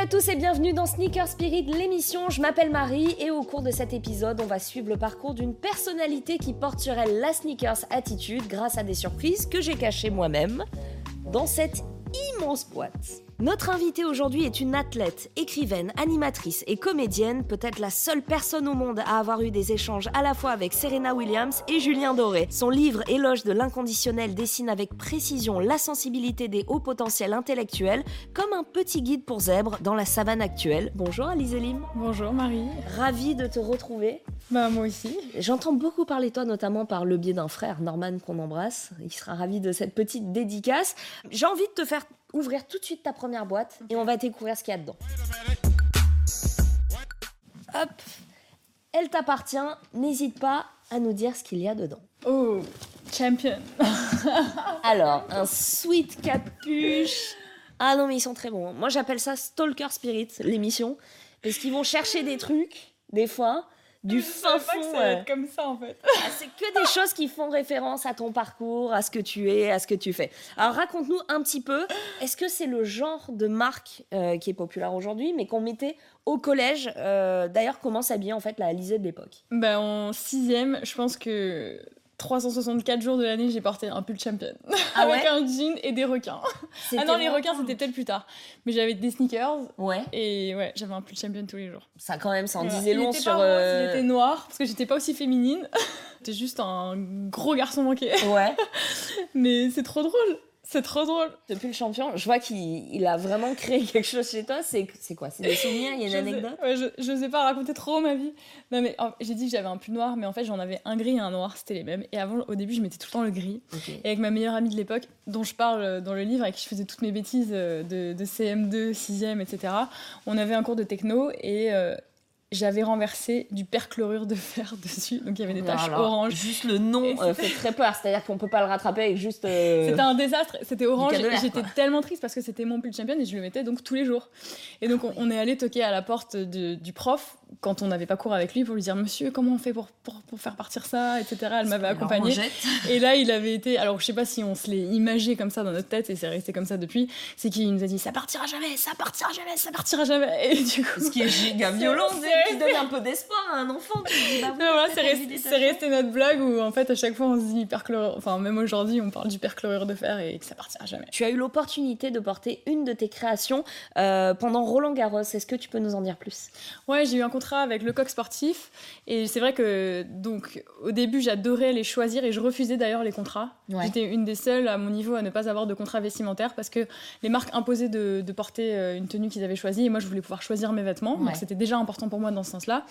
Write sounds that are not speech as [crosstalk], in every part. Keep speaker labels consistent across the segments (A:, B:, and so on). A: à tous et bienvenue dans Sneaker Spirit, l'émission. Je m'appelle Marie et au cours de cet épisode, on va suivre le parcours d'une personnalité qui porte sur elle la sneakers attitude grâce à des surprises que j'ai cachées moi-même dans cette immense boîte. Notre invitée aujourd'hui est une athlète, écrivaine, animatrice et comédienne, peut-être la seule personne au monde à avoir eu des échanges à la fois avec Serena Williams et Julien Doré. Son livre Éloge de l'inconditionnel dessine avec précision la sensibilité des hauts potentiels intellectuels comme un petit guide pour zèbres dans la savane actuelle. Bonjour Alizé Lim.
B: Bonjour Marie.
A: Ravie de te retrouver.
B: Bah moi aussi.
A: J'entends beaucoup parler de toi, notamment par le biais d'un frère, Norman, qu'on embrasse. Il sera ravi de cette petite dédicace. J'ai envie de te faire ouvrir tout de suite ta première boîte et on va découvrir ce qu'il y a dedans. Hop, elle t'appartient. N'hésite pas à nous dire ce qu'il y a dedans.
B: Oh, champion.
A: Alors, un sweet capuche. Ah non, mais ils sont très bons. Moi, j'appelle ça Stalker Spirit, l'émission, parce qu'ils vont chercher des trucs, des fois, du
B: Ah Je
A: fin
B: savais pas
A: fond.
B: que ça allait
A: euh,
B: être comme ça en fait.
A: ah, C'est que des choses qui font référence à ton parcours, à ce que tu es, à ce que tu fais. Alors raconte-nous un petit peu, est-ce que c'est le genre de marque euh, qui est populaire aujourd'hui, mais qu'on mettait au collège euh, D'ailleurs, comment s'habillait en fait la Lisée de l'époque
B: Bah en sixième, je pense que 364 jours de l'année, j'ai porté un pull champion
A: Ah
B: [laughs] avec
A: ouais
B: un jean et des requins. Ah non, les requins c'était peut-être plus tard, mais j'avais des sneakers
A: Ouais,
B: et ouais, j'avais un pull champion tous les jours.
A: ça quand même, ça en
B: Voilà.
A: disait
B: Il
A: long
B: était
A: sur...
B: pas rose,
A: euh,
B: Il était noir parce que j'étais pas aussi féminine. [laughs] J'étais juste un gros garçon manqué,
A: Ouais,
B: mais c'est trop drôle. C'est trop drôle.
A: depuis le champion, je vois qu'il il a vraiment créé quelque chose chez toi. C'est c'est quoi C'est des souvenirs Il y a une
B: [laughs] Je sais-
A: anecdote
B: ouais, je, je sais pas raconter trop ma vie. Non, mais oh, j'ai dit que j'avais un pull noir, mais en fait, j'en avais un gris et un noir, c'était les mêmes. Et avant, au début, je mettais tout le temps le gris. Et avec ma meilleure amie de l'époque, dont je parle euh, dans le livre, avec qui je faisais toutes mes bêtises euh, de, de CM2, 6e, etc., on avait un cours de techno et. euh, j'avais renversé du perchlorure de fer [laughs] dessus, donc il y avait des taches
A: Voilà.
B: oranges.
A: Juste le nom
B: Et
A: euh, fait très peur, c'est-à-dire qu'on peut pas le rattraper avec juste... euh,
B: C'était un désastre, c'était orange
A: cadeau
B: et
A: vert,
B: j'étais tellement triste parce que c'était mon pull champion et je le mettais donc tous les jours. Et donc on, on est allé toquer à la porte de- du prof quand on n'avait pas cours avec lui pour lui dire Monsieur, comment on fait pour, pour, pour faire partir ça etc. Elle m'avait
A: Alors, on
B: accompagnée.
A: jette.
B: Et là, il avait été. Alors je sais pas si on se l'est imagé comme ça dans notre tête et c'est resté comme ça depuis. C'est qu'il nous a dit Ça partira jamais, ça partira jamais, ça partira jamais. Et du coup. [laughs]
A: Ce qui est giga
B: C'est-
A: violent,
B: c'est-
A: c'est qui donne un peu d'espoir à un enfant. Tu te dis, bah oui,
B: Non, voilà,
A: peut-être
B: c'est
A: la vie
B: resté,
A: des
B: c'est
A: tâches.
B: resté notre blague où en fait à chaque fois on se dit perchlorure, enfin même aujourd'hui on parle du perchlorure de fer et que ça partira jamais.
A: Tu as eu l'opportunité de porter une de tes créations euh, pendant Roland Garros. Est-ce que tu peux nous en dire plus
B: Ouais, j'ai eu un contrat avec le coq sportif et c'est vrai que donc au début j'adorais les choisir et je refusais d'ailleurs les contrats.
A: Ouais.
B: J'étais une des seules à mon niveau à ne pas avoir de contrat vestimentaire parce que les marques imposaient de, de porter euh, une tenue qu'ils avaient choisie et moi je voulais pouvoir choisir mes vêtements
A: Ouais.
B: donc c'était déjà important pour moi dans ce sens-là.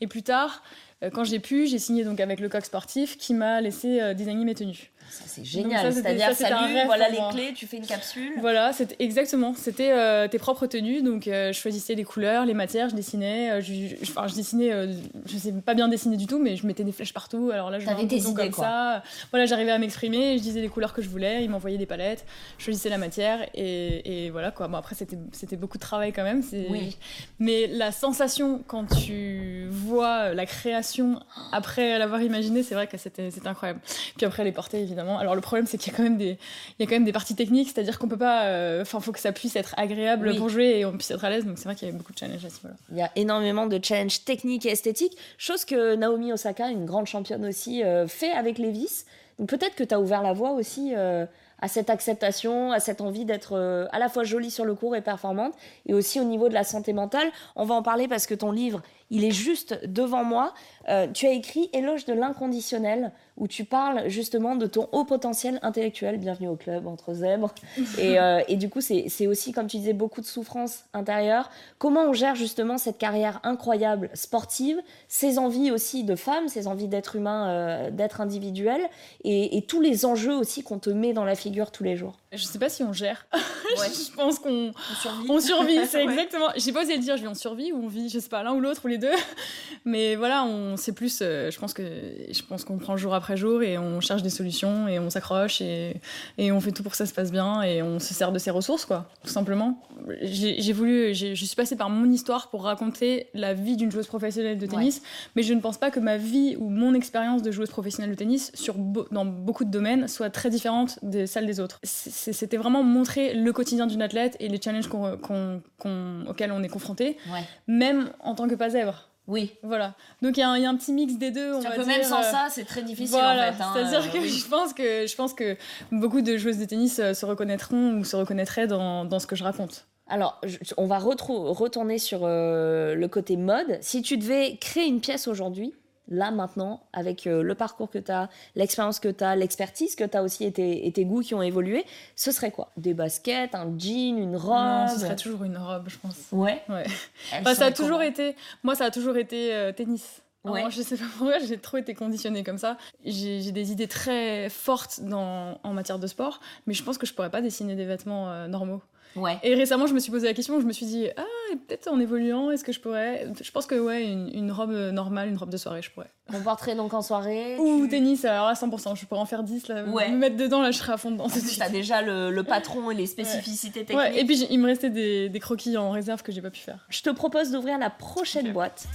B: Et plus tard, euh, quand j'ai pu, j'ai signé donc avec le coq sportif qui m'a laissé euh, designer mes tenues.
A: Ça, c'est
B: ça,
A: génial.
B: c'était-
A: C'est-à-dire,
B: ça, c'était un
A: salut,
B: rêve
A: voilà
B: pour
A: les
B: moi.
A: clés, tu fais une capsule.
B: Voilà, c'était exactement. C'était euh, tes propres tenues, donc euh, je choisissais les couleurs, les matières, je dessinais, euh, je, je- enfin, je dessinais, euh, je sais pas bien dessiner du tout, mais je mettais des flèches partout. Alors là, je
A: T'avais
B: voulais un
A: tes
B: bouton
A: idées,
B: comme
A: quoi.
B: ça. Voilà, j'arrivais à m'exprimer, je disais les couleurs que je voulais, ils m'envoyaient des palettes, je choisissais la matière et, et voilà quoi. Bon après c'était c'était beaucoup de travail quand même. c'est-
A: Oui.
B: Mais la sensation quand tu vois la création après l'avoir imaginée, c'est vrai que c'était c'était incroyable. Puis après les porter évidemment. Alors le problème c'est qu'il y a quand même des il y a quand même des parties techniques, c'est-à-dire qu'on peut pas. euh, Enfin, faut que ça puisse être agréable
A: Oui.
B: pour jouer et on puisse être à l'aise. Donc c'est vrai qu'il y avait beaucoup de challenges à ce niveau-là.
A: Il y a énormément de challenges techniques et esthétiques, chose que Naomi Osaka, une grande championne aussi, euh, fait avec les vis. Donc peut-être que tu as ouvert la voie aussi euh, à cette acceptation, à cette envie d'être euh, à la fois jolie sur le cours et performante, et aussi au niveau de la santé mentale. On va en parler parce que ton livre, il est juste devant moi. Euh, tu as écrit Éloge de l'inconditionnel, où tu parles justement de ton haut potentiel intellectuel. Bienvenue au club, entre zèbres. et, euh, et du coup, c'est c'est aussi, comme tu disais, beaucoup de souffrance intérieure. Comment on gère justement cette carrière incroyable sportive, ses envies aussi de femme, ses envies d'être humain, euh, d'être individuel, et, et tous les enjeux aussi qu'on te met dans la figure tous les jours
B: Je sais pas si on gère. [laughs] je pense qu'on
A: survit. [laughs]
B: on survit. C'est
A: Ouais.
B: exactement. J'ai pas osé le dire. Je dis on survit ou on vit. Je sais pas l'un ou l'autre ou les deux. [laughs] Mais voilà, on c'est plus. euh, je pense que je pense qu'on prend jour après jour et on cherche des solutions et on s'accroche et et on fait tout pour que ça se passe bien et on se sert de ses ressources quoi. Tout simplement. J'ai j'ai voulu. j'ai- Je suis passée par mon histoire pour raconter la vie d'une joueuse professionnelle de tennis. Mais je ne pense pas que ma vie ou mon expérience de joueuse professionnelle de tennis sur beau- dans beaucoup de domaines soit très différente de celle des autres. C'est- c'était vraiment montrer le quotidien d'une athlète et les challenges qu'on- qu'on- qu'on- auxquels on est confronté,
A: Ouais.
B: même en tant que pas zèbre.
A: Oui.
B: Voilà. Donc il y, a un- il y a un petit mix des deux. On
A: C'est-à-dire
B: va
A: que
B: dire,
A: même sans
B: euh,
A: ça, c'est très difficile
B: voilà,
A: en fait. hein,
B: c'est-à-dire
A: euh,
B: que
A: oui.
B: je pense que je pense que beaucoup de joueuses de tennis euh, se reconnaîtront ou se reconnaîtraient dans, dans ce que je raconte.
A: Alors, je- on va retrou- retourner sur euh, le côté mode. Si tu devais créer une pièce aujourd'hui, là maintenant, avec euh, le parcours que tu as, l'expérience que tu as, l'expertise que tu as aussi et tes, et tes goûts qui ont évolué, ce serait quoi Des baskets, un jean, une robe
B: Non, ce serait toujours une robe, je pense.
A: Ouais.
B: Ouais.
A: Elles
B: Enfin, Bah, ça a
A: seraient
B: toujours
A: comment
B: été. Moi, ça a toujours été euh, tennis.
A: Ouais.
B: Alors, je sais pas pourquoi, j'ai trop été conditionnée comme ça. J'ai j'ai des idées très fortes dans, en matière de sport, mais je pense que je pourrais pas dessiner des vêtements euh, normaux.
A: Ouais.
B: Et récemment, je me suis posé la question, je me suis dit, ah, et peut-être en évoluant, est-ce que je pourrais. Je pense que, ouais, une, une robe euh, normale, une robe de soirée, je pourrais.
A: Mon portrait donc en soirée.
B: Ou
A: tu-
B: tennis, alors à 100%, je pourrais en faire 10, là,
A: Ouais. Ah,
B: me mettre dedans, là, je serais à fond dedans. tout de
A: T'as
B: suite.
A: déjà le, le patron et les spécificités techniques.
B: Ouais, et puis j'ai- il me restait des, des croquis en réserve que j'ai pas pu faire.
A: Je te propose d'ouvrir la prochaine boîte.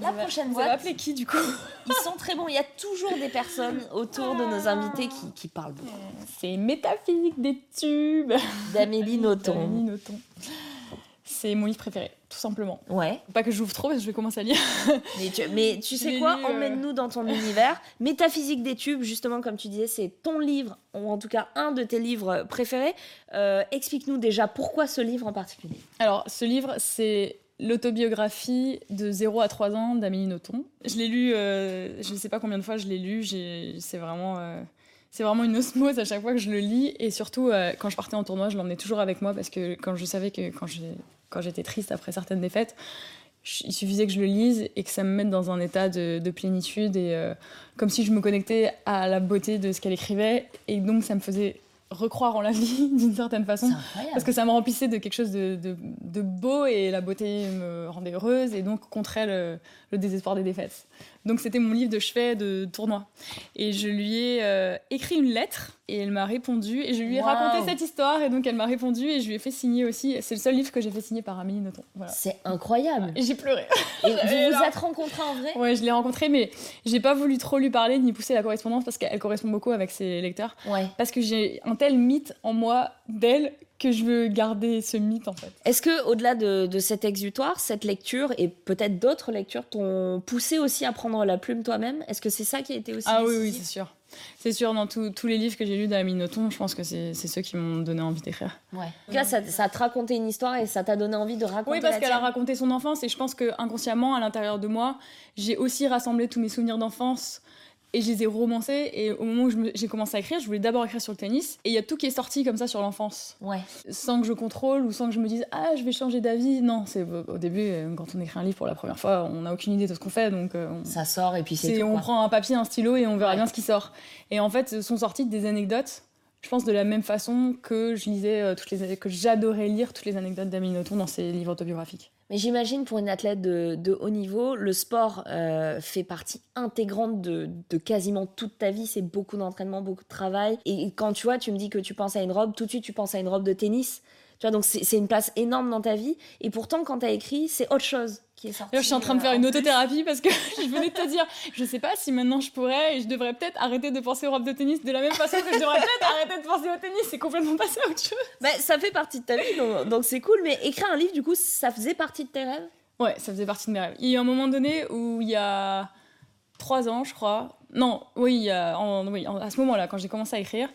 A: La prochaine
B: Vous avez
A: boîte,
B: appelé qui du coup
A: ils sont très bons. Il y a toujours des personnes autour de nos invités qui, qui parlent beaucoup.
B: C'est métaphysique des tubes.
A: D'Amélie
B: Amélie
A: Nothomb.
B: Nothomb. C'est mon livre préféré, tout simplement.
A: Ouais.
B: Faut Pas que j'ouvre trop parce que je vais commencer à lire.
A: Mais tu, mais tu sais
B: J'ai
A: quoi
B: lu, euh,
A: Emmène-nous dans ton univers. Métaphysique des tubes, justement, comme tu disais, c'est ton livre, ou en tout cas un de tes livres préférés. Euh, Explique-nous déjà pourquoi ce livre en particulier.
B: Alors, ce livre, c'est l'autobiographie de 0 à 3 ans d'Amélie Nothomb. Je l'ai lu, euh, je ne sais pas combien de fois je l'ai lu, j'ai- c'est vraiment... euh, C'est vraiment une osmose à chaque fois que je le lis et surtout euh, quand je partais en tournoi, je l'emmenais toujours avec moi parce que quand je savais que quand j'ai- quand j'étais triste après certaines défaites, je- il suffisait que je le lise et que ça me mette dans un état de, de plénitude et euh, comme si je me connectais à la beauté de ce qu'elle écrivait et donc ça me faisait recroire en la vie [laughs] d'une certaine façon.
A: incroyable.
B: Parce que ça me remplissait de quelque chose de, de- de beau et la beauté me rendait heureuse et donc contrait le, le désespoir des défaites. Donc c'était mon livre de chevet de tournoi. Et je lui ai euh, écrit une lettre et elle m'a répondu et je lui ai
A: Wow.
B: raconté cette histoire et donc elle m'a répondu et je lui ai fait signer aussi. C'est le seul livre que j'ai fait signer par Amélie Nothomb. Voilà.
A: C'est incroyable.
B: Et j'ai pleuré.
A: Et vous
B: Et
A: vous
B: là-
A: êtes rencontrés en vrai
B: [laughs] Ouais, je l'ai rencontrée mais j'ai pas voulu trop lui parler ni pousser la correspondance parce qu'elle correspond beaucoup avec ses lecteurs.
A: Ouais.
B: Parce que j'ai un tel mythe en moi d'elle que je veux garder ce mythe en fait.
A: Est-ce que, au-delà de, de cet exutoire, cette lecture et peut-être d'autres lectures t'ont poussé aussi à prendre la plume toi-même Est-ce que c'est ça qui a été aussi
B: Ah oui, oui, c'est
A: décisif
B: sûr. C'est sûr, dans tous tous les livres que j'ai lus d'Amélie Nothomb, je pense que c'est c'est ceux qui m'ont donné envie d'écrire.
A: Ouais. En tout cas, ça, ça te racontait une histoire et ça t'a donné envie de raconter
B: Oui, parce
A: la
B: qu'elle a
A: tienne.
B: raconté son enfance et je pense que inconsciemment, à l'intérieur de moi, j'ai aussi rassemblé tous mes souvenirs d'enfance et je les ai romancés. Et au moment où je me- j'ai commencé à écrire, je voulais d'abord écrire sur le tennis et il y a tout qui est sorti comme ça sur l'enfance,
A: Ouais.
B: sans que je contrôle ou sans que je me dise ah je vais changer d'avis. Non, c'est au début euh, quand on écrit un livre pour la première fois, on n'a aucune idée de ce qu'on fait, donc euh, on,
A: Ça sort et puis c'est
B: C'est-
A: tout.
B: on
A: quoi.
B: prend un papier, un stylo et on verra
A: Ouais.
B: bien ce qui sort. Et en fait, sont sorties des anecdotes. Je pense de la même façon que je lisais euh, toutes les que j'adorais lire toutes les anecdotes d'Amélie Nothomb dans ses livres autobiographiques.
A: Mais j'imagine pour une athlète de, de haut niveau, le sport euh, fait partie intégrante de, de quasiment toute ta vie. C'est beaucoup d'entraînement, beaucoup de travail. Et quand tu vois, tu me dis que tu penses à une robe, tout de suite tu penses à une robe de tennis. Tu vois, donc c'est c'est une place énorme dans ta vie. Et pourtant, quand t'as écrit, c'est autre chose qui est sortie.
B: Là, je suis en train de
A: euh,
B: faire une autothérapie parce que [laughs] je venais de te dire, je sais pas si maintenant je pourrais et je devrais peut-être arrêter de penser aux robes de tennis de la même façon que je devrais peut-être arrêter de penser au tennis. C'est complètement passé à autre chose.
A: Bah, ça fait partie de ta vie, donc donc c'est cool. Mais écrire un livre, du coup, ça faisait partie de tes rêves
B: Ouais, ça faisait partie de mes rêves. Il y a un moment donné où il y a trois ans, je crois. Non, oui, il y a- en- oui, en- à ce moment-là, quand j'ai commencé à écrire,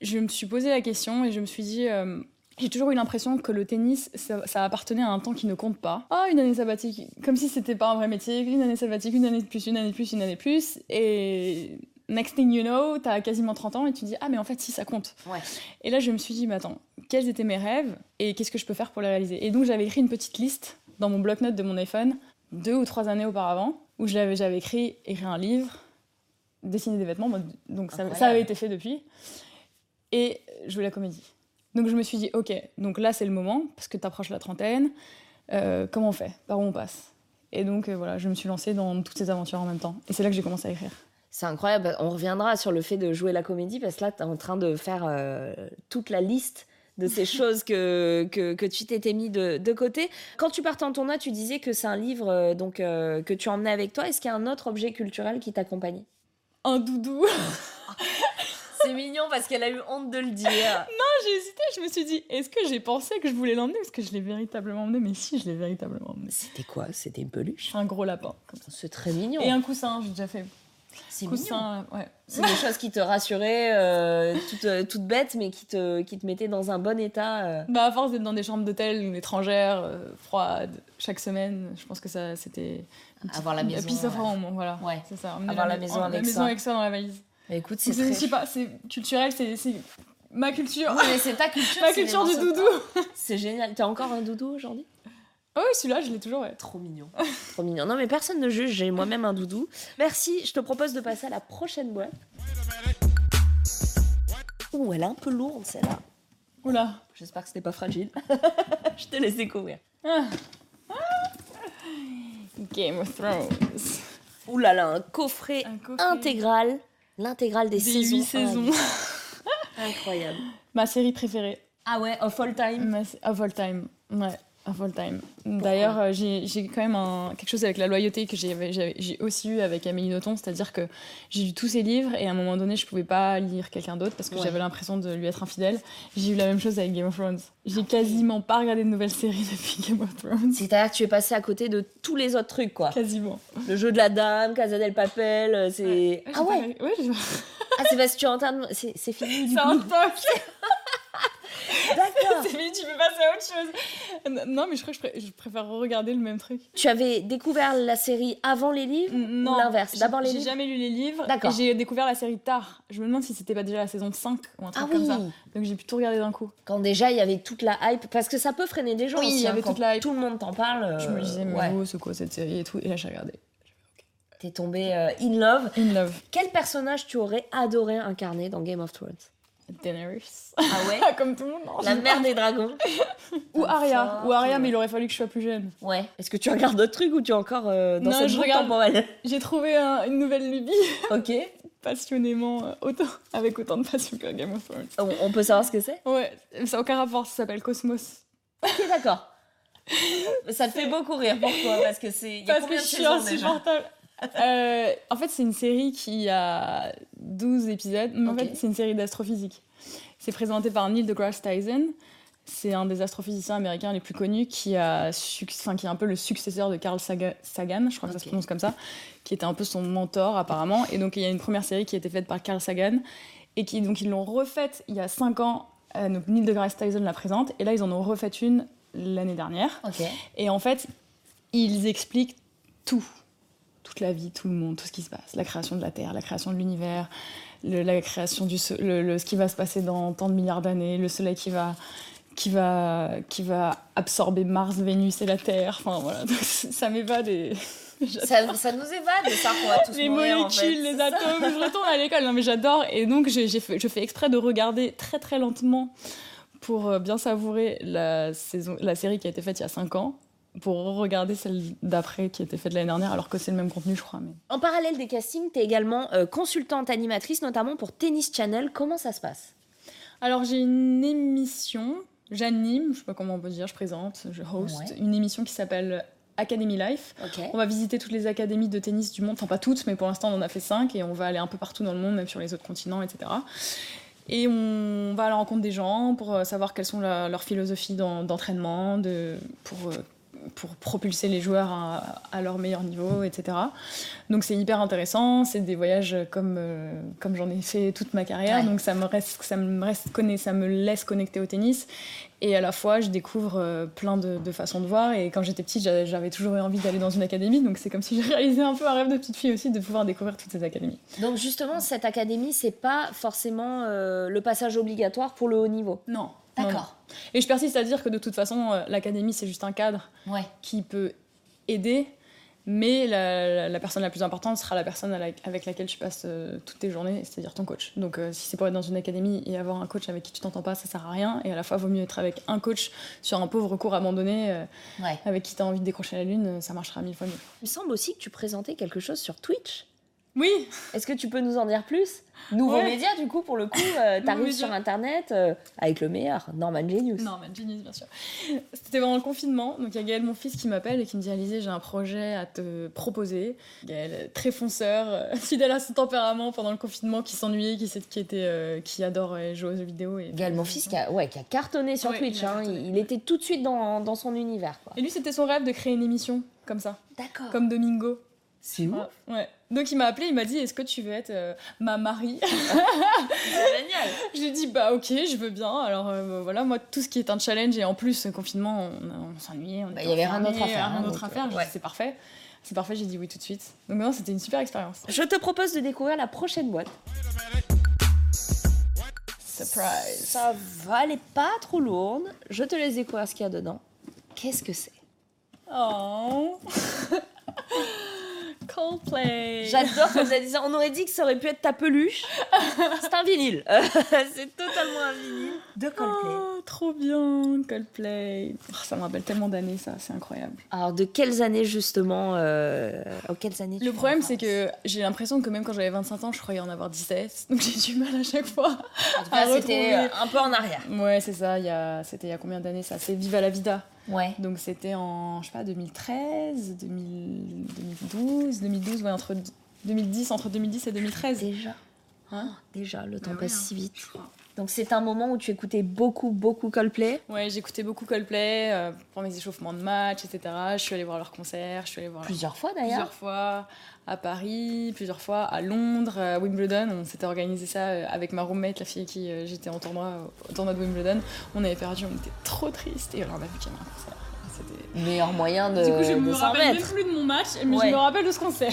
B: je me suis posé la question et je me suis dit. euh, j'ai toujours eu l'impression que le tennis, ça, ça appartenait à un temps qui ne compte pas. Ah, une année sabbatique, comme si c'était pas un vrai métier. Une année sabbatique, une année de plus, une année de plus, une année de plus. Et next thing you know, t'as quasiment 30 ans et tu te dis, ah, mais en fait, si, ça compte.
A: Ouais.
B: Et là, je me suis dit, mais attends, quels étaient mes rêves et qu'est-ce que je peux faire pour les réaliser Et donc, j'avais écrit une petite liste dans mon bloc-notes de mon iPhone, deux ou trois années auparavant, où je l'avais- j'avais écrit écrire un livre, dessiner des vêtements, moi, donc ça,
A: Incroyable.
B: ça avait été fait depuis, et jouer la comédie. Donc, je me suis dit, ok, donc là, c'est le moment, parce que t'approches la trentaine, euh, comment on fait Par où on passe et donc euh, voilà, je me suis lancée dans toutes ces aventures en même temps. Et c'est là que j'ai commencé à écrire.
A: C'est incroyable. Bah, On reviendra sur le fait de jouer la comédie parce que là, tu es en train de faire euh, toute la liste de [laughs] ces choses que, que, que tu t'étais mis de, de côté. Quand tu partais en tournoi, tu disais que c'est un livre euh, donc euh, que tu emmenais avec toi. Est-ce qu'il y a un autre objet culturel qui t'accompagnait
B: Un doudou
A: C'est mignon parce qu'elle a eu honte de le dire.
B: j'ai hésité, je me suis dit, est-ce que j'ai pensé que je voulais l'emmener Parce que je l'ai véritablement emmené, mais si, je l'ai véritablement
A: [laughs]
B: emmené.
A: C'était quoi C'était une peluche
B: Un gros lapin. comme ça.
A: C'est très mignon.
B: Et un coussin, j'ai déjà fait.
A: C'est mignon.
B: Coussin, ouais.
A: C'est des choses qui te rassuraient, euh, toutes, euh, toutes bêtes, mais qui te, qui te mettaient dans un bon état. euh.
B: Bah, à force d'être dans des chambres d'hôtel étrangères, euh, froides, chaque semaine, je pense que ça, c'était. une petite-
A: Avoir la maison,
B: A piece of
A: ouais.
B: home, voilà.
A: Ouais.
B: C'est ça. emmener
A: Avoir la maison avec
B: la maison
A: ça.
B: avec ça dans la valise.
A: Bah, écoute, c'est
B: C'est
A: très...
B: je sais pas, c'est culturel, c'est c'est ma culture.
A: Oui, mais c'est ta culture.
B: ma
A: c'est les
B: culture du
A: morceaux de
B: doudou.
A: pain. [laughs] C'est génial. T'as encore un doudou aujourd'hui
B: Ah oui, celui-là, je l'ai toujours, ouais.
A: Trop mignon. Trop mignon. Non, mais personne ne juge, j'ai moi-même un doudou. Merci, je te propose de passer à la prochaine boîte. Ouh, elle est un peu lourde celle-là.
B: Oula.
A: J'espère que c'était pas fragile. [laughs] je te laisse découvrir.
B: Ah. Game of Thrones.
A: Ouh là là, un coffret
B: Un coffret.
A: intégral. L'intégrale des,
B: Des
A: saisons. Ah,
B: huit
A: un à
B: saisons.
A: dix. Incroyable.
B: Ma série préférée.
A: Ah ouais, of all time.
B: Ma- Of all time. Ouais, of all time. D'ailleurs, euh, j'ai j'ai quand même un- quelque chose avec la loyauté que j'avais- j'avais- j'ai aussi eu avec Amélie Nothomb, c'est-à-dire que j'ai lu tous ses livres et à un moment donné, je pouvais pas lire quelqu'un d'autre parce que
A: Ouais.
B: j'avais l'impression de lui être infidèle. J'ai eu la même chose avec Game of Thrones. J'ai quasiment pas regardé de nouvelles séries [laughs] depuis Game of Thrones.
A: C'est-à-dire que tu es passé à côté de tous les autres trucs, quoi.
B: Quasiment.
A: Le jeu de la dame, Casa del Papel, euh, c'est... Ah ouais
B: Ouais, j'ai-
A: Ah, c'est parce que tu es en train de... C'est c'est fini, du
B: c'est un
A: coup.
B: toc.
A: D'accord.
B: [laughs] C'est fini, tu peux passer à autre chose. Non, mais je crois que je, pré- je préfère regarder le même truc.
A: Tu avais découvert la série avant les livres
B: Non,
A: l'inverse,
B: j'ai-
A: d'abord les
B: J'ai
A: livres.
B: jamais lu les livres.
A: D'accord.
B: Et j'ai découvert la série tard. Je me demande si c'était pas déjà la saison 5 ou Mm, un truc
A: Ah
B: comme
A: oui
B: ça. Donc j'ai pu tout regarder d'un coup.
A: Quand déjà il y avait toute la hype, parce que ça peut freiner des gens
B: Oui,
A: aussi,
B: il y
A: hein,
B: avait
A: quand
B: toute la hype.
A: Tout le monde t'en parle.
B: je me disais,
A: euh,
B: mais
A: ouais,
B: oh, c'est quoi cette série et tout. Et là, j'ai regardé.
A: t'es tombé euh, in love.
B: In Love,
A: Quel personnage tu aurais adoré incarner dans Game of Thrones
B: Daenerys. [laughs]
A: Ah ouais
B: comme tout le monde. non,
A: [laughs] La
B: je-
A: mère des dragons.
B: [laughs] Ou Arya.
A: Fort,
B: Ou Arya,
A: ouais.
B: mais il aurait fallu que je sois plus jeune.
A: Ouais. Est-ce que tu regardes d'autres trucs ou tu es encore euh, dans
B: Non,
A: cette
B: je
A: boucle
B: regarde.
A: temporelle [laughs]
B: J'ai trouvé un- une nouvelle lubie [laughs]
A: Ok.
B: passionnément, euh, autant, avec autant de passion que Game of Thrones.
A: On, on peut savoir ce que c'est
B: Ouais, ça n'a aucun rapport, ça s'appelle Cosmos.
A: Ok, d'accord. Ça te fait beaucoup rire. Pourquoi Parce que c'est. il y a
B: Parce que
A: combien
B: je
A: de
B: suis
A: saisons déjà
B: insupportable. [laughs] Euh, en fait, c'est une série qui a 12 épisodes. Mais
A: Ok.
B: En fait, c'est une série d'astrophysique. C'est présenté par Neil deGrasse Tyson. C'est un des astrophysiciens américains les plus connus qui, a suc- enfin, qui est un peu le successeur de Carl Saga- Sagan, je crois que ça
A: Ok.
B: se prononce comme ça, qui était un peu son mentor apparemment. Et donc, il y a une première série qui a été faite par Carl Sagan et qui, donc, ils l'ont refaite il y a 5 ans. Euh, donc, Neil deGrasse Tyson la présente. Et là, ils en ont refait une l'année dernière.
A: Ok.
B: Et en fait, ils expliquent tout. Toute la vie, tout le monde, tout ce qui se passe. La création de la Terre, la création de l'univers, le- la création du... so- le- le- ce qui va se passer dans tant de milliards d'années, le Soleil qui va, qui, va, qui va absorber Mars, Vénus et la Terre. Enfin voilà, [laughs] Donc, ça m'évade et...
A: Ça, ça nous évade de savoir qu'on va tous
B: Les
A: mourir, en fait.
B: molécules, les atomes, je retourne à l'école. Non mais j'adore. Et donc j'ai- j'ai fait- je fais exprès de regarder très très lentement pour euh, bien savourer la, saison, la série qui a été faite il y a 5 ans, pour regarder celle d'après qui a été faite l'année dernière, alors que c'est le même contenu je crois. Mais...
A: En parallèle des castings, tu es également euh, consultante animatrice, notamment pour Tennis Channel. Comment ça se passe
B: Alors j'ai une émission, j'anime, je sais pas comment on peut dire, je présente, je host,
A: Ouais.
B: une émission qui s'appelle Academy Life.
A: Ok.
B: On va visiter toutes les académies de tennis du monde, enfin pas toutes, mais pour l'instant on en a fait 5 et on va aller un peu partout dans le monde, même sur les autres continents, etc. Et on va à la rencontre des gens pour euh, savoir quelles sont la- leurs philosophies d'en- d'entraînement, de, pour, euh, pour propulser les joueurs à, à leur meilleur niveau, etc. Donc c'est hyper intéressant, c'est des voyages comme, euh, comme j'en ai fait toute ma carrière,
A: Ouais.
B: donc ça me, reste, ça, me reste conna- ça me laisse connecter au tennis. Et à la fois, je découvre euh, plein de, de façons de voir. Et quand j'étais petite, j'a- j'avais toujours eu envie d'aller dans une académie, donc c'est comme si [laughs] j'ai réalisé un peu un rêve de petite fille aussi, de pouvoir découvrir toutes ces académies.
A: Donc justement, cette académie, c'est pas forcément euh, le passage obligatoire pour le haut niveau.
B: Non. Et je persiste à dire que de toute façon, euh, l'académie, c'est juste un cadre
A: Ouais.
B: qui peut aider, mais la, la- la personne la plus importante sera la personne à la- avec laquelle tu passes euh, toutes tes journées, c'est-à-dire ton coach. Donc euh, si c'est pour être dans une académie et avoir un coach avec qui tu t'entends pas, ça sert à rien. Et à la fois, vaut mieux être avec un coach sur un pauvre cours abandonné euh,
A: Ouais.
B: avec qui tu as envie de décrocher la lune, euh, ça marchera mille fois mieux.
A: Il me semble aussi que tu présentais quelque chose sur Twitch.
B: Oui,
A: Est-ce que tu peux nous en dire plus Nouveau
B: Ouais.
A: média, du coup, pour le coup, euh, t'arrives
B: média.
A: sur Internet euh, avec le meilleur, Norman Genius.
B: Non, mais Genius, bien sûr. C'était pendant le confinement. Donc, il y a Gaël, mon fils, qui m'appelle et qui me dit Alizé, j'ai un projet à te proposer. Gaël, très fonceur, euh, [laughs] fidèle à son tempérament pendant le confinement, qui s'ennuyait, qui, s'est- qui, était, euh, qui adore euh, jouer aux jeux vidéo. Et,
A: Gaël, mon fils, qui a, ouais, qui a cartonné sur
B: Ouais,
A: Twitch.
B: il a
A: hein.
B: cartonné,
A: il, il
B: ouais.
A: était tout de suite dans, dans son univers. quoi.
B: Et lui, c'était son rêve de créer une émission comme ça,
A: D'accord.
B: comme Domingo.
A: C'est ouf.
B: Ouais. Donc, il m'a appelé, il m'a dit Est-ce que tu veux être euh,
A: [laughs]
B: ma Marie
A: Génial.
B: [laughs] Je lui ai dit bah ok je veux bien alors euh, bah, voilà moi tout ce qui est un challenge et en plus euh, confinement on, on s'ennuyait on
A: Bah,
B: était
A: il y avait rien
B: enfermés,
A: d'autre à faire,
B: rien
A: hein,
B: d'autre
A: donc,
B: à faire.
A: euh,
B: J'ai dit,
A: ouais.
B: c'est parfait c'est parfait j'ai dit oui tout de suite donc non c'était une super expérience
A: Je te propose de découvrir la prochaine boîte.
B: surprise
A: Ça va, elle est pas trop lourde. Je te laisse découvrir ce qu'il y a dedans. Qu'est-ce que c'est [laughs]
B: oh Coldplay
A: J'adore
B: [laughs]
A: quand vous avez dit ça. On aurait dit que ça aurait pu être ta peluche. C'est un vinyle. c'est totalement un vinyle de
B: Oh, trop bien Coldplay Oh, ça me rappelle tellement d'années ça c'est incroyable
A: Alors, de quelles années, justement euh, aux quelles années
B: le problème c'est que j'ai l'impression que même quand j'avais 25 ans je croyais en avoir 17 [laughs] donc j'ai du mal à chaque fois à
A: c'était euh,
B: retrouver-
A: un peu en arrière.
B: ouais c'est ça il y a- c'était il y a combien d'années ça c'est Viva la Vida
A: Ouais.
B: Donc c'était en, je sais pas, 2013, 2000, 2012, 2012, ouais, entre 2010, entre 2010 et 2013.
A: Déjà. Oh,
B: Hein
A: Déjà, le temps
B: Bah ouais,
A: passe
B: hein,
A: si vite. Donc, c'est un moment où tu écoutais beaucoup, beaucoup Coldplay.
B: Ouais, j'écoutais beaucoup Coldplay euh, pour mes échauffements de match, etc. Je suis allée voir leurs concerts, je suis allée voir leurs-
A: Plusieurs fois,
B: plusieurs
A: d'ailleurs.
B: fois à Paris, plusieurs fois à Londres, à Wimbledon. On s'était organisé ça euh, avec ma roommate, la fille avec qui euh, j'étais en tournoi, au tournoi de Wimbledon. On avait perdu, on était trop tristes. Et alors on a vu qu'il y avait un concert. C'était-
A: Meilleur moyen de,
B: du coup, je
A: de
B: me
A: s'en
B: rappelle même
A: mettre.
B: plus de mon match, mais
A: Ouais.
B: je me rappelle de ce concert.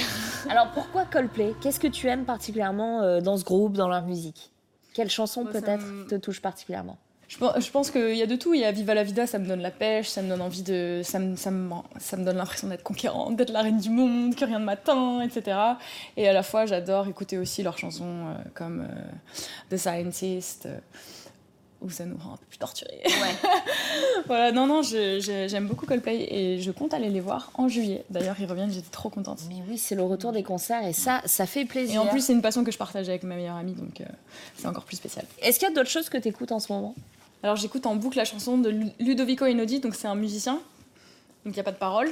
A: Alors, pourquoi Coldplay Qu'est-ce que tu aimes particulièrement euh, dans ce groupe, dans leur musique Quelle chanson,
B: Moi, ça
A: peut-être,
B: me-
A: te touche particulièrement
B: Je pense, je pense qu'il y a de tout. Il y a Viva la Vida, ça me donne la pêche, ça me donne envie de. Ça me, ça me, ça me donne l'impression d'être conquérante, d'être la reine du monde, que rien ne m'atteint, etc. Et à la fois, j'adore écouter aussi leurs chansons euh, comme euh, The Scientist, euh, où ça nous rend un peu plus torturés. [laughs] voilà, non, non, je- je- j'aime beaucoup Coldplay et je compte aller les voir en juillet. D'ailleurs, ils reviennent, j'étais trop contente.
A: Mais oui, c'est le retour des concerts et ça, ça fait
B: Et
A: plaisir.
B: en plus, c'est une passion que je partage avec ma meilleure amie, donc euh, c'est encore plus spécial.
A: est-ce qu'il y a d'autres choses que tu écoutes en ce moment
B: Alors j'écoute en boucle la chanson de Lu- Ludovico Einaudi, donc c'est un musicien, donc il n'y a pas de parole,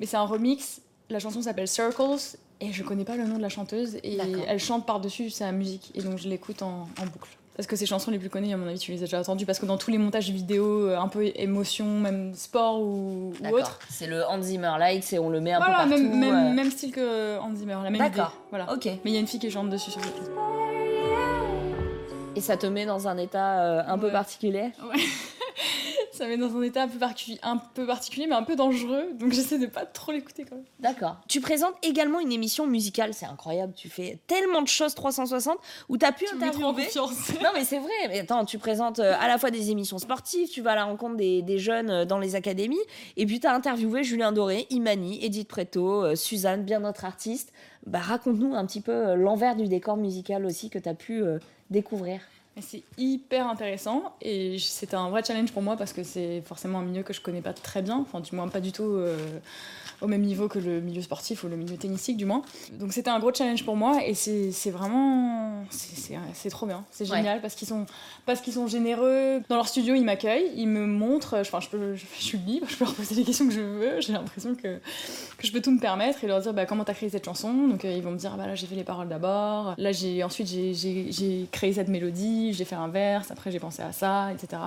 B: mais c'est un remix. La chanson s'appelle Circles et je connais pas le nom de la chanteuse et
A: D'accord.
B: elle chante par-dessus sa musique et donc je l'écoute en, en boucle. Parce que ces chansons les plus connues, à mon avis, tu les as déjà entendues parce que dans tous les montages vidéo, euh, un peu émotion, même sport ou, ou autre.
A: C'est le Hans Zimmer like, c'est on le met un
B: Voilà,
A: peu partout.
B: même, même,
A: euh,
B: même style que Hans Zimmer, la même idée.
A: D'accord.
B: Voilà.
A: Ok.
B: Mais il y a une fille qui chante dessus sur le clip.
A: Et ça te met dans un état euh, un peu
B: Ouais.
A: particulier.
B: [laughs] Ça met dans un état un peu, parcu- un peu particulier, mais un peu dangereux, donc [laughs] j'essaie de pas trop l'écouter quand même.
A: D'accord. Tu présentes également une émission musicale, c'est incroyable. Tu fais tellement de choses 360 où t'as pu
B: Tu me mets trop en
A: interviewer.
B: confiance.
A: Non mais c'est vrai, mais attends, tu présentes euh, à la fois des émissions sportives, tu vas à la rencontre des, des jeunes euh, dans les académies, et puis t'as interviewé Julien Doré, Imani, Edith Preto, euh, Suzanne, bien notre artiste. Bah raconte-nous un petit peu euh, l'envers du décor musical aussi que t'as pu euh, découvrir.
B: [laughs] Mais C'est hyper intéressant et j- c'était un vrai challenge pour moi parce que c'est forcément un milieu que je connais pas très bien, enfin du moins pas du tout euh, au même niveau que le milieu sportif ou le milieu tennistique du moins. Donc c'était un gros challenge pour moi et c'est c'est vraiment c'est- c'est c'est trop bien, c'est
A: Ouais.
B: génial parce qu'ils sont parce qu'ils sont généreux. Dans leur studio ils m'accueillent, ils me montrent, euh, enfin je peux je, je suis libre, [laughs] je peux leur poser les questions que je veux, j'ai l'impression que que je peux tout me permettre et leur dire bah, comment t'as créé cette chanson. Donc euh, ils vont me dire Ah, bah là j'ai fait les paroles d'abord, là j'ai ensuite j'ai- j'ai j'ai créé cette mélodie, j'ai fait un verse, après j'ai pensé à ça, etc.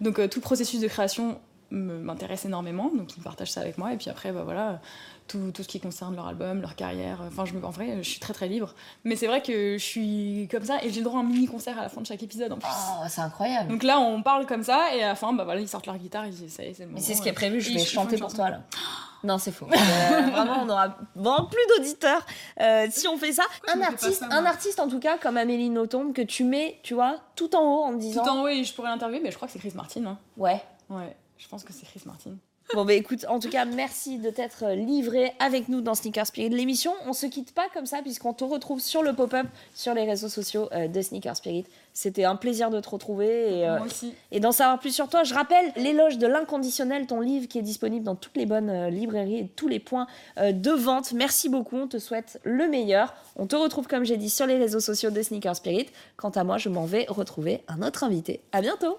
B: Donc euh, tout le processus de création me- m'intéresse énormément, donc ils partagent ça avec moi et puis après bah voilà tout, tout ce qui concerne leur album, leur carrière. euh, Enfin je me en vrai je suis très très libre, mais c'est vrai que je suis comme ça et j'ai le droit à un mini concert à la fin de chaque épisode en plus.
A: c'est incroyable.
B: Donc là on parle comme ça et à la fin bah voilà ils sortent leur guitare et ils disent, ça y est c'est le moment. euh,
A: Mais c'est ce qui est prévu, je
B: Et
A: vais
B: ils font
A: chanter
B: une
A: pour
B: chanson.
A: toi là. [gasps] Non, c'est [laughs] faux. Euh, vraiment, on aura vraiment plus d'auditeurs euh, si on fait ça.
B: je
A: un
B: me fais pas
A: artiste,
B: ça, moi
A: un artiste en tout cas, comme Amélie Nothomb, que tu mets, tu vois, tout en haut en me disant.
B: Tout en haut et je pourrais l'interviewer mais je crois que c'est Chris Martin. hein.
A: Ouais.
B: Ouais, je pense que c'est Chris Martin.
A: Bon, bah écoute, en tout cas, merci de t'être euh, livré avec nous dans Sneaker Spirit, l'émission. On se quitte pas comme ça, puisqu'on te retrouve sur le pop-up, sur les réseaux sociaux euh, de Sneaker Spirit. C'était un plaisir de te retrouver et, euh,
B: Moi aussi.
A: et d'en savoir plus sur toi. Je rappelle l'éloge de l'inconditionnel, ton livre qui est disponible dans toutes les bonnes euh, librairies et tous les points euh, de vente. Merci beaucoup, on te souhaite le meilleur. On te retrouve, comme j'ai dit, sur les réseaux sociaux de Sneaker Spirit. Quant à moi, je m'en vais retrouver un autre invité. À bientôt!